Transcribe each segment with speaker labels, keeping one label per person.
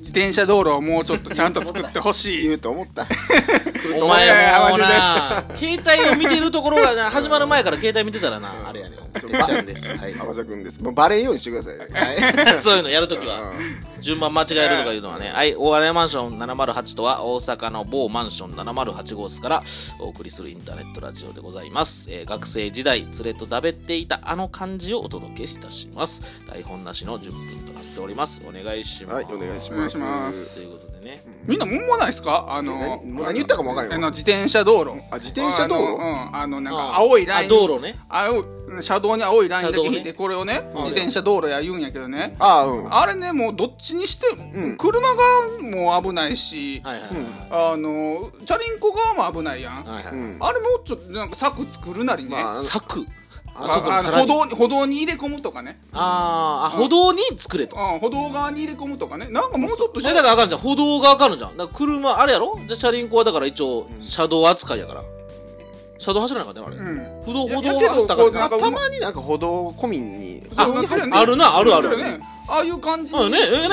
Speaker 1: 転車道路をもうちょっとちゃんと作ってほし
Speaker 2: 言
Speaker 1: いう
Speaker 2: と思った。
Speaker 3: お前も
Speaker 1: 淡
Speaker 3: うな携帯を見てるところがな始まる前から携帯見てたらなあれやねん てっちゃんですはい
Speaker 2: 浜田君です。もうバレんようにしてくださいね。
Speaker 3: そういうのやるとき
Speaker 2: う
Speaker 3: は
Speaker 2: ん
Speaker 3: 順番間違えるとかいうのはね、はい、大洗マンション708とは大阪の某マンション708号室からお送りするインターネットラジオでございます、えー学生時代連れとだべっていたあの感じをお届けいたします台本なしの10分となっておりますお願いします
Speaker 2: はい、お願いし
Speaker 1: お願
Speaker 2: ま
Speaker 1: い
Speaker 2: す。
Speaker 1: しま
Speaker 3: ということでね
Speaker 1: みんなもんもないですかあの
Speaker 2: 何何言ったかもわからんよ
Speaker 1: あの自転車道路
Speaker 2: あ自転車道路
Speaker 1: あのうんあのなん
Speaker 3: あ
Speaker 1: か
Speaker 3: あ
Speaker 1: 青いライン
Speaker 3: あ道路ね
Speaker 1: 青い車道に青いラインだけ
Speaker 3: 車
Speaker 1: 引い
Speaker 3: 道
Speaker 1: て
Speaker 3: ね
Speaker 1: これをね
Speaker 3: あ
Speaker 1: 自転車道路や言うんやけどね
Speaker 2: ああ、うん。
Speaker 1: あれねもうどっちにしても
Speaker 2: うん
Speaker 1: 車がもう危ないし
Speaker 3: はいはいはいは
Speaker 1: あのチャリンコ側も危ないや
Speaker 3: い
Speaker 1: ん
Speaker 3: はいはい、
Speaker 2: うん
Speaker 1: あれもうちょっとなんか柵作るなりね
Speaker 2: まあ
Speaker 3: 柵
Speaker 2: あ
Speaker 3: あそこの
Speaker 1: あ
Speaker 3: さ
Speaker 1: の
Speaker 3: ら
Speaker 1: 歩道
Speaker 3: に
Speaker 1: に歩道に入れ込むとかね
Speaker 3: あーあ歩道に作れと
Speaker 1: うん歩道側に入れ込むとかねなんかもうちょっと
Speaker 3: え
Speaker 1: した
Speaker 3: だからあかんじゃん歩道があかんのじゃんだから車あれやろじゃあ車輪子はだから一応
Speaker 2: うん
Speaker 3: 車道扱いやから車道走らなあかんねあれ、
Speaker 1: うん
Speaker 3: 歩道
Speaker 1: いや
Speaker 3: 歩道走ったらあかんね
Speaker 1: なんか
Speaker 2: たまになんか歩道込民に。
Speaker 3: あ
Speaker 2: 歩道に入っ
Speaker 3: あるなあるある
Speaker 1: そうだよねああいう感じ
Speaker 3: うんねえね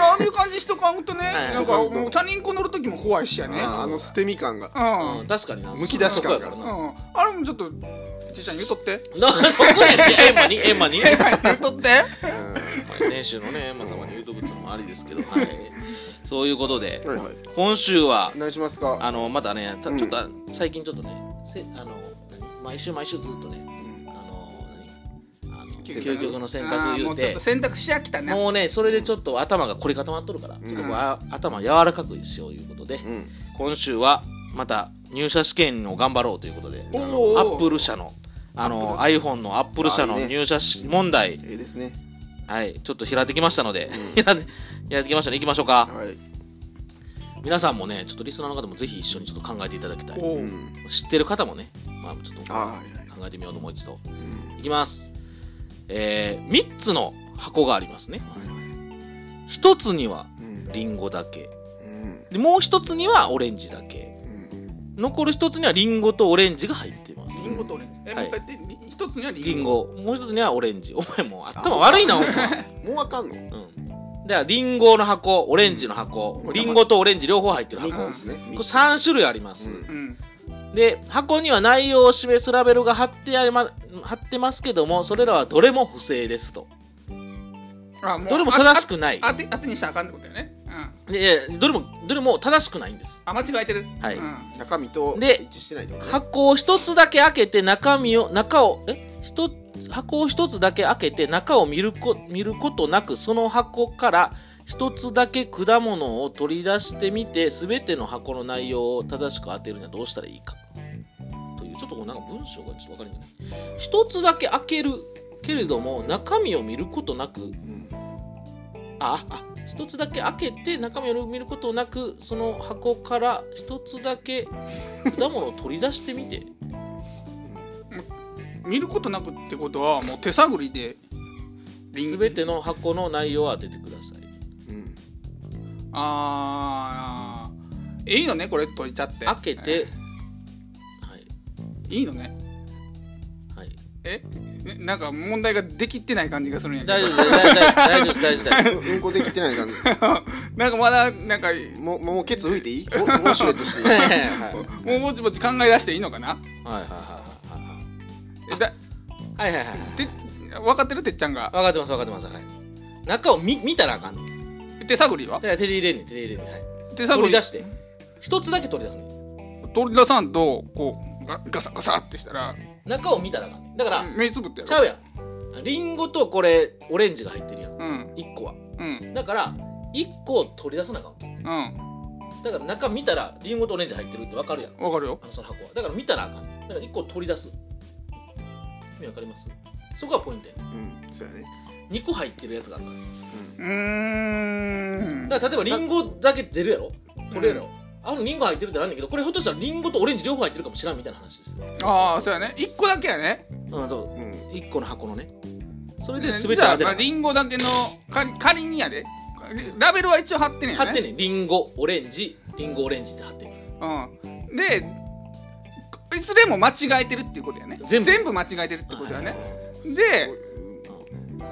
Speaker 1: ああいう感じしとかんとね、
Speaker 3: い
Speaker 1: なんかもうチャリンコ乗る時も怖いしやね。
Speaker 2: ああの捨て身感が。
Speaker 1: うん。
Speaker 3: うん確かにな
Speaker 2: むき出し感がある
Speaker 3: そ
Speaker 1: うん。
Speaker 3: うやか
Speaker 1: あれもちょっと、ちっちゃん言うとって。
Speaker 3: らななどこやねんエンマにエンマにエンマに
Speaker 1: 言うとって。
Speaker 2: うん
Speaker 3: 先週のねエンマ様に言うとくつもありですけどはいそういうことで
Speaker 2: はいはい。
Speaker 3: 今週は
Speaker 2: お願いしますか。
Speaker 3: あのまだねた
Speaker 2: うん
Speaker 3: ちょっと最近ちょっとねせあの何毎週毎週ずっとね
Speaker 2: うん
Speaker 3: あの何あの
Speaker 2: 究極
Speaker 3: 究極の選択
Speaker 1: あー
Speaker 3: 言
Speaker 1: も
Speaker 3: う
Speaker 1: うちょってと選択肢飽きたね。
Speaker 3: もうね、それでちょっと頭が凝り固まっとるから、
Speaker 2: ん
Speaker 3: ちょっとこうあ頭柔らかくしよういうことで、
Speaker 2: うん。
Speaker 3: 今週はまた入社試験を頑張ろうということで、あ
Speaker 1: おー
Speaker 3: のアップル社の、あの iPhone のアップル社
Speaker 2: あ
Speaker 3: の
Speaker 2: いいね
Speaker 3: 入社し問題、
Speaker 2: ええですね。
Speaker 3: はい、ちょっと開いてきましたので、
Speaker 2: う
Speaker 3: 開いてきましたね、行きましょうか。
Speaker 2: はい。
Speaker 3: 皆さんもね、ちょっとリスナーの方もぜひ一緒にちょっと考えていただきたい。
Speaker 1: お
Speaker 2: う。
Speaker 1: うん
Speaker 3: 知ってる方もね、まあちょっと
Speaker 2: あ
Speaker 3: 考
Speaker 2: あ、はいはい
Speaker 3: えてみようともう一度。
Speaker 2: うん
Speaker 3: いきます。えー、3つの箱がありますね。1つには
Speaker 2: うん
Speaker 3: リンゴだけ。
Speaker 2: うん
Speaker 3: でもう一つにはオレンジだけ
Speaker 2: うん
Speaker 3: 残る一つにはリンゴとオレンジが入ってます
Speaker 1: リンゴとオレンジ。え、も
Speaker 3: は
Speaker 1: う
Speaker 3: い
Speaker 1: 一回言ってり一つにはリンゴ。
Speaker 3: リンゴもう一つにはオレンジお前もう頭悪いなお前
Speaker 2: もうわかんの
Speaker 3: うんではリンゴの箱オレンジの箱リンゴとオレンジ両方入ってる
Speaker 2: 二
Speaker 3: 箱
Speaker 2: 個ですね。
Speaker 3: これ3種類あります、
Speaker 2: うん
Speaker 1: うん。
Speaker 3: で箱には内容を示すラベルが貼ってあり、ま、貼ってますけどもそれらはどれも不正ですと
Speaker 1: あ、も
Speaker 3: どれも正しくない
Speaker 1: ああ当て、当てにしたらあかんってことよね。うん。
Speaker 3: でどれもどれも正しくないんです
Speaker 1: あ、間違えてる。
Speaker 3: はい
Speaker 1: うん
Speaker 2: 中身と
Speaker 3: で
Speaker 2: 一致してないってことね
Speaker 3: 箱を一つだけ開けて中身を中をえひと箱を一つだけ開けて中を見るこ見ることなくその箱から一つだけ果物を取り出してみて全ての箱の内容を正しく当てるにはどうしたらいいかというちょっとこうなんか文章がちょっと分かりにくい一つだけ開けるけれども中身を見ることなく
Speaker 2: うん
Speaker 3: ああ一つだけ開けて中身を見ることなくその箱から一つだけ果物を取り出してみて
Speaker 1: 見ることなくってことは、もう手探りで、
Speaker 3: すべての箱の内容を当ててください。
Speaker 2: うん
Speaker 1: あー、いいのね、これ、といちゃって。
Speaker 3: 開けて、はい、
Speaker 1: え。いいのね。
Speaker 3: はい。
Speaker 1: えねなんか問題ができてない感じがするんやけど
Speaker 3: 大丈夫です、大丈夫です、大丈夫です、大丈夫で
Speaker 2: うんこできてない感じ。
Speaker 1: なんかまだなんか
Speaker 2: もう、もうケツ拭いていいウォウォシュレットしていい
Speaker 3: す。はいはいはい
Speaker 1: もうぼちぼち考え出していいのかな
Speaker 3: はい
Speaker 1: えだ
Speaker 3: はいはいはいはいはいはいはいはい
Speaker 1: て分かってるてっちゃんが
Speaker 3: 分かってます、分かってます。はい。中を見見たらあかんねん。
Speaker 1: 手探りは
Speaker 3: だから手で入れんねん、手で入れんねん。はい。
Speaker 1: 手探
Speaker 3: 取り
Speaker 1: り
Speaker 3: 出して。一つだけ取り出すねん。
Speaker 1: 取り出さんとこうガガサガサってしたら
Speaker 3: 中を見たらあかんねん。だから、
Speaker 1: 目つぶってや
Speaker 3: ちゃう
Speaker 1: ろ
Speaker 3: やん。リンゴとこれ、オレンジが入ってるやん。
Speaker 1: うん
Speaker 3: 一個は。
Speaker 1: うん
Speaker 3: だから、一個を取り出さなあかんと。
Speaker 1: うん
Speaker 3: だから中見たら、リンゴとオレンジ入ってるって分かるやん。
Speaker 1: 分かるよ
Speaker 3: あのその箱はだから見たらあかんだから1個取り出す意味わかりますそこがポイントや
Speaker 2: うん、そうやね。
Speaker 3: 2個入ってるやつがあるか
Speaker 2: うん
Speaker 1: うーん
Speaker 3: らだから例えばリンゴだけ出るやろ取れるやろ、あのリンゴ入ってるってなんだけどこれひょっとしたらリンゴとオレンジ両方入ってるかもしれんみたいな話です
Speaker 1: ああそうやね1個だけやね
Speaker 3: うんそう
Speaker 2: うん。
Speaker 3: 1個の箱のねそれで全て
Speaker 1: じゃ
Speaker 3: 当
Speaker 1: あ
Speaker 3: て
Speaker 1: まあ
Speaker 3: なあかん
Speaker 1: リンゴだけの仮仮にやでラベルは一応貼ってんね
Speaker 3: 貼
Speaker 1: や
Speaker 3: って
Speaker 1: ね
Speaker 3: ねリンゴオレンジリンゴオレンジって貼ってね
Speaker 1: うんでいつでも間違えてるっていうことやね
Speaker 3: 全部
Speaker 1: 間違えてるってことやねで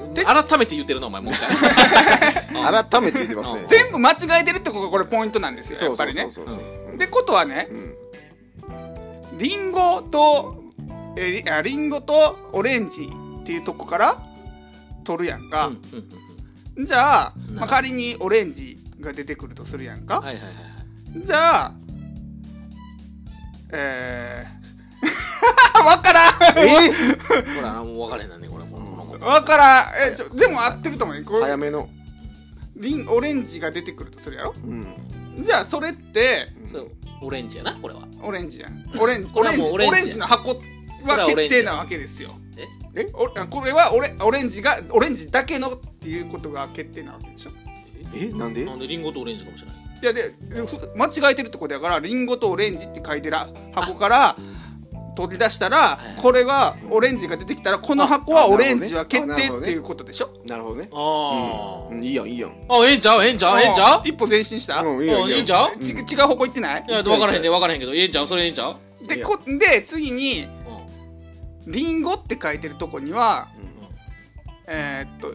Speaker 2: うん
Speaker 1: で
Speaker 3: 改めて言ってるな、お前、もう 一回。うん
Speaker 2: 改めて言ってますね
Speaker 3: うん。
Speaker 1: 全部間違えてるってことがこれポイントなんですよや
Speaker 2: そう
Speaker 1: っぱ
Speaker 2: そう
Speaker 1: り
Speaker 2: そ
Speaker 1: ね
Speaker 2: うそうそう。うん
Speaker 1: でことはね
Speaker 2: うん
Speaker 1: リンゴとえーあリンゴとオレンジっていうとこから取るやんか
Speaker 3: うん、うん
Speaker 1: じゃあ、
Speaker 3: なるほ
Speaker 1: まあ、
Speaker 3: ど
Speaker 1: 仮にオレンジが出てくるとするやん
Speaker 3: うん
Speaker 1: か
Speaker 3: はいはいはいはい。
Speaker 1: じゃあえー、 わからん
Speaker 2: え
Speaker 3: ほら、もう分かれへんなね、これ、もうこの子。
Speaker 1: わからんえちょでも合ってると思うねこ
Speaker 2: ー
Speaker 1: う
Speaker 2: 早めの。
Speaker 1: リンオレンジが出てくるとするやろ
Speaker 2: うん。
Speaker 1: じゃあそれって
Speaker 3: そう、オレンジやな、これは。
Speaker 1: オレンジやんオレンジ
Speaker 3: こ
Speaker 1: オ
Speaker 3: れは
Speaker 1: レン
Speaker 3: も
Speaker 1: ジ
Speaker 3: う
Speaker 1: オ
Speaker 3: オ
Speaker 1: レ
Speaker 3: レンジや
Speaker 1: ンジの箱は決定なわけですよ
Speaker 3: え
Speaker 1: えおこれはオレオレンジがオレンジだけのっていうことが決定なわけでしょ
Speaker 2: えなんで
Speaker 3: なんでリンゴとオレンジかもしれない。
Speaker 1: いやでふ間違えてるってことやからリンゴとオレンジって書いてる箱から取り出したら
Speaker 3: はい
Speaker 1: これはオレンジが出てきたらこの箱はオレンジは決
Speaker 2: あなるほ
Speaker 1: 定
Speaker 2: ど
Speaker 1: っ
Speaker 2: ね
Speaker 1: ていうことでしょ
Speaker 2: なるほどね。
Speaker 3: あ
Speaker 2: うんいいやんいいやん。
Speaker 3: あ。あ、ええんちゃうええんちゃうええんちゃう
Speaker 1: 一歩前進した
Speaker 2: うんいい
Speaker 3: あ
Speaker 2: やん
Speaker 3: あ
Speaker 2: いい
Speaker 3: ええ
Speaker 2: や
Speaker 3: ん
Speaker 2: ん
Speaker 3: ち。ゃう
Speaker 1: ち違う方向行ってない
Speaker 3: いや、分からへんで、分からへんけど、ええんちゃうそれええんちゃう
Speaker 1: でこで次に
Speaker 3: うん
Speaker 1: リンゴって書いてるとこには
Speaker 2: うん
Speaker 1: えーっと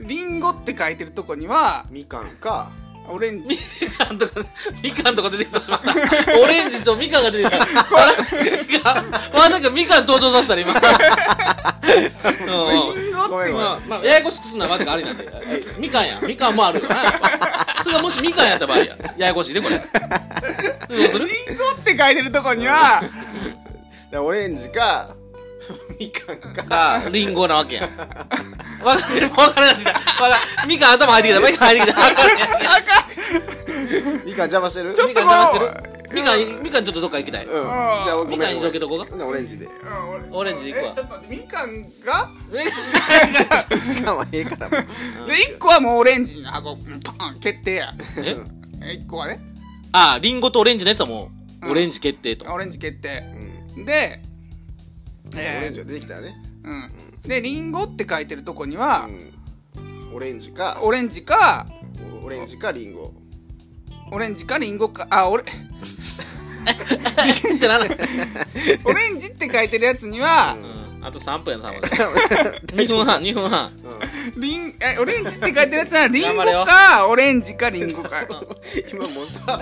Speaker 1: リンゴって書いてるとこには
Speaker 2: みかんか。
Speaker 1: オレンジ
Speaker 3: みかんとか、みかんとか出てきてしま った。オレンジとみかんが出てきた。みかん まさかみかん登場させたら今。
Speaker 1: リンゴって
Speaker 2: ごめん
Speaker 3: うん
Speaker 2: ごめん
Speaker 3: まあ、まあ、ややこしくすんならマジかありなんで。みかんや。みかんもあるよな。やっぱそれがもしみかんやった場合や。ややこしいね、これ。どうする
Speaker 1: リンゴって書いてるとこには
Speaker 2: だからオレンジか。 みかんか。
Speaker 3: が、リンゴなわけや。わかる、わからない。わかみかん頭入ってきた。みかん入ってきた。わからない
Speaker 2: みかん邪魔してる。
Speaker 1: ちょっ
Speaker 3: み
Speaker 1: と
Speaker 3: かん
Speaker 1: この
Speaker 3: 邪魔してるみかん、みかんちょっとどっか行きたい
Speaker 2: うん。。じゃあ
Speaker 3: みかんにどけ
Speaker 2: と。
Speaker 3: とこうか。
Speaker 2: ほんならオレンジで。
Speaker 1: うん俺
Speaker 3: オレンジ行くわ
Speaker 1: えちょっと待ってみかんが
Speaker 2: みかんはええから。
Speaker 1: で1個はもうオレンジの箱パン決定や
Speaker 3: え
Speaker 1: 1個はね
Speaker 3: あ、リンゴとオレンジのやつはも
Speaker 1: うん
Speaker 3: う、オレンジ決定と。
Speaker 1: オレンジ決定
Speaker 2: うん。
Speaker 1: で
Speaker 2: オレンジ
Speaker 1: え
Speaker 2: が出てきたらね。
Speaker 1: ーうんでリンゴって書いてるとこには
Speaker 2: うん。オレンジか。
Speaker 1: オレンジか
Speaker 2: オレンジかリンゴ。
Speaker 1: オレンジかリンゴかあオ レ
Speaker 3: ってならない。
Speaker 1: オレンジって書いてるやつには
Speaker 2: う
Speaker 3: うんあと3分や、3分。2分半、2分半。
Speaker 2: うん
Speaker 1: リンえオレンジって書いてるやつはリン
Speaker 3: 頑張れ
Speaker 1: ゴ
Speaker 3: よ
Speaker 1: かオレンジかリンゴか
Speaker 2: 今もうさサ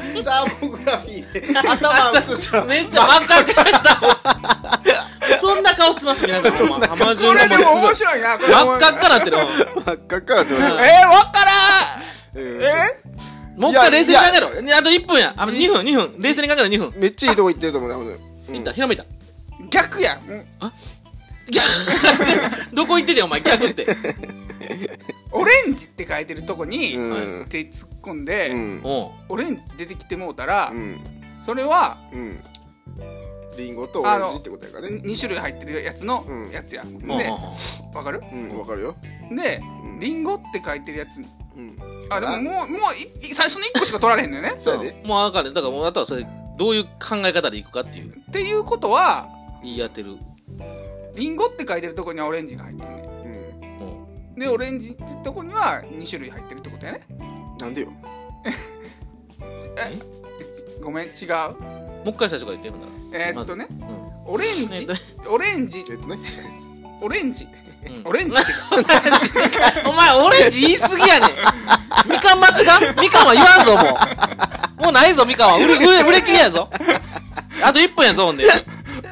Speaker 2: ーモグラフィ ーで頭映したら
Speaker 3: めっちゃ真っ赤かった。そんな顔してます、皆さん。ほんま浜
Speaker 1: こ
Speaker 3: 中
Speaker 1: れで
Speaker 3: がも
Speaker 1: も面
Speaker 3: うす
Speaker 1: 白いなこ
Speaker 3: ご
Speaker 1: れ
Speaker 3: い。真っ赤っかなってる。
Speaker 2: 真っ赤っからって
Speaker 3: うん
Speaker 1: えー、わからんえ
Speaker 3: もう一回冷静に考えろ。ねあと1分や。あ、2分、2分。冷静に考えろ、2分。
Speaker 2: めっちゃいいとこ行ってると思うなほんで
Speaker 3: いった、ひらめいた。
Speaker 1: 逆やんうん
Speaker 3: 逆 どこ行っててお前逆って
Speaker 1: オレンジって書いてるとこに、
Speaker 2: うん
Speaker 3: は
Speaker 1: 手突っ込んで、
Speaker 2: うん
Speaker 3: おう
Speaker 1: オレンジ出てきてもうたら、
Speaker 2: うん
Speaker 1: それは
Speaker 2: うんリンゴとオレンジってことやからね
Speaker 1: 2種類入ってるやつの
Speaker 2: うん
Speaker 1: やつや、
Speaker 3: おうおう
Speaker 1: でわかる
Speaker 2: うんわかるよ
Speaker 1: で
Speaker 2: うん
Speaker 1: リンゴって書いてるやつ
Speaker 2: うん
Speaker 1: あでももうもういい最初の1個しか取られへんのよ ね
Speaker 2: そうやで
Speaker 3: うんもうあかんねだからもうあとはそれどういう考え方でいくかっていう
Speaker 1: っていうことは
Speaker 3: 言い当てる
Speaker 1: リンゴって書いてるとこにはオレンジが入ってるね
Speaker 2: うん
Speaker 3: も
Speaker 1: でオレンジってとこには2種類入ってるってことやね
Speaker 2: なんでよ
Speaker 1: ごめん違う
Speaker 3: うもう一回最初から言ってほんだ
Speaker 1: えー、っとね
Speaker 3: らうん
Speaker 1: オレン
Speaker 3: えっ
Speaker 1: ジ
Speaker 3: と
Speaker 1: オレンジ
Speaker 2: えっとね
Speaker 1: オレンジ
Speaker 3: うん
Speaker 1: オレンジって
Speaker 3: お前オレンジ言い過ぎやねんみかん待ちかみかんは言わんぞもうもうないぞみかんは売れ売れ売れ切りやぞあと1分やぞほんで、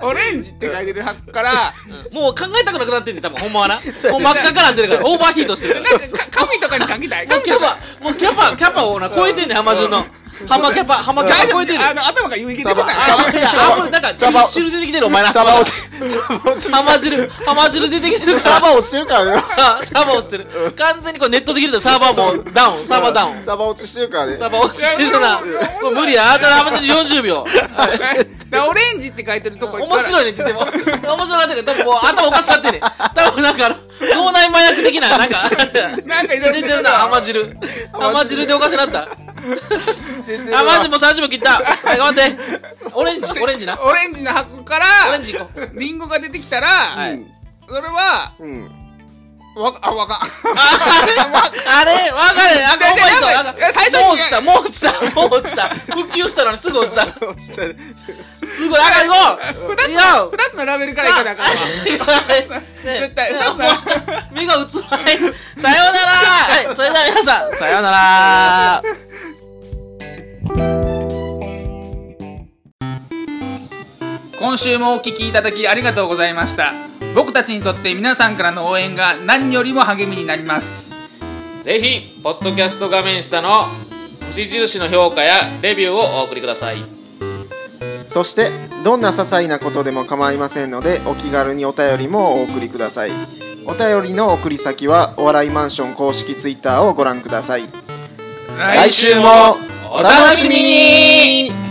Speaker 1: オレンジって書いてる箱から
Speaker 3: うんもう考えたくなくなってんねん多分ほんまはなもう真っ赤からなってるからオーバーヒートしてるから
Speaker 1: なんかか紙とかに書きたい
Speaker 3: もう
Speaker 1: 紙
Speaker 3: キ
Speaker 1: と
Speaker 3: ャ
Speaker 1: か
Speaker 3: パ、もうキャパ、キャパをな、超えてんねん、浜中の。浜キャパ、浜キャ
Speaker 1: 大
Speaker 3: パ
Speaker 1: 丈
Speaker 3: 超えてる。
Speaker 1: 夫あの頭が有益出てない
Speaker 3: あ、いや、あぶなんか、
Speaker 2: サバ
Speaker 3: 汁汁出てきてる、お前ら。
Speaker 2: サバ落ちサバ落ち
Speaker 3: 浜汁、浜汁出てきて るか
Speaker 2: サ
Speaker 3: ら。
Speaker 2: バ落ちてるからね
Speaker 3: ササバ落ちてる。完全にこれネットできるとサーバーもうダウン、サーバーダウン。
Speaker 2: サバ落ちしてるからね
Speaker 3: サーバー落ちてるな。もう無理や。あと浜中40秒。
Speaker 1: だ からオレンジって書いてるとこ
Speaker 3: 面白い
Speaker 1: い
Speaker 3: ねって言っても。面白いなってか、多分もう頭おかしなってんねん。多分なんかあの、脳内麻薬的な、なんか、
Speaker 1: なんかいろいろ
Speaker 3: 出てるな、浜汁。浜汁でおかしなった。
Speaker 2: 出てるわ
Speaker 3: あ、マジもう30秒切った。はい、頑張って。オレンジ、オレンジな。
Speaker 1: オレンジの箱から
Speaker 3: オレンジ行こう。
Speaker 1: リンゴが出てきたら、
Speaker 3: はい
Speaker 1: それは
Speaker 2: うん
Speaker 1: わか、あ、わかん。
Speaker 3: あれわかるあかんまい
Speaker 1: やばいいや最初に
Speaker 3: もう落ちた、もう落ちた、もう落ちた。復旧したのにすぐ落ちた。
Speaker 2: 落ちたね
Speaker 3: すごい、あかん、行こう
Speaker 1: 二つ
Speaker 3: いや
Speaker 1: の、二つのラベルからいかなあかんわ。絶対、二つの
Speaker 3: 目が映らない。さようならはい、それでは皆さん、さようなら
Speaker 1: 今週もお聞きいただきありがとうございました僕たちにとって皆さんからの応援が何よりも励みになります
Speaker 3: ぜひ、ポッドキャスト画面下の星印の評価やレビューをお送りください。
Speaker 2: そしてどんな些細なことでも構いませんのでお気軽にお便りもお送りくださいお便りの送り先はお笑いマンション公式ツイッターをご覧ください
Speaker 1: 来
Speaker 3: 週もお楽しみに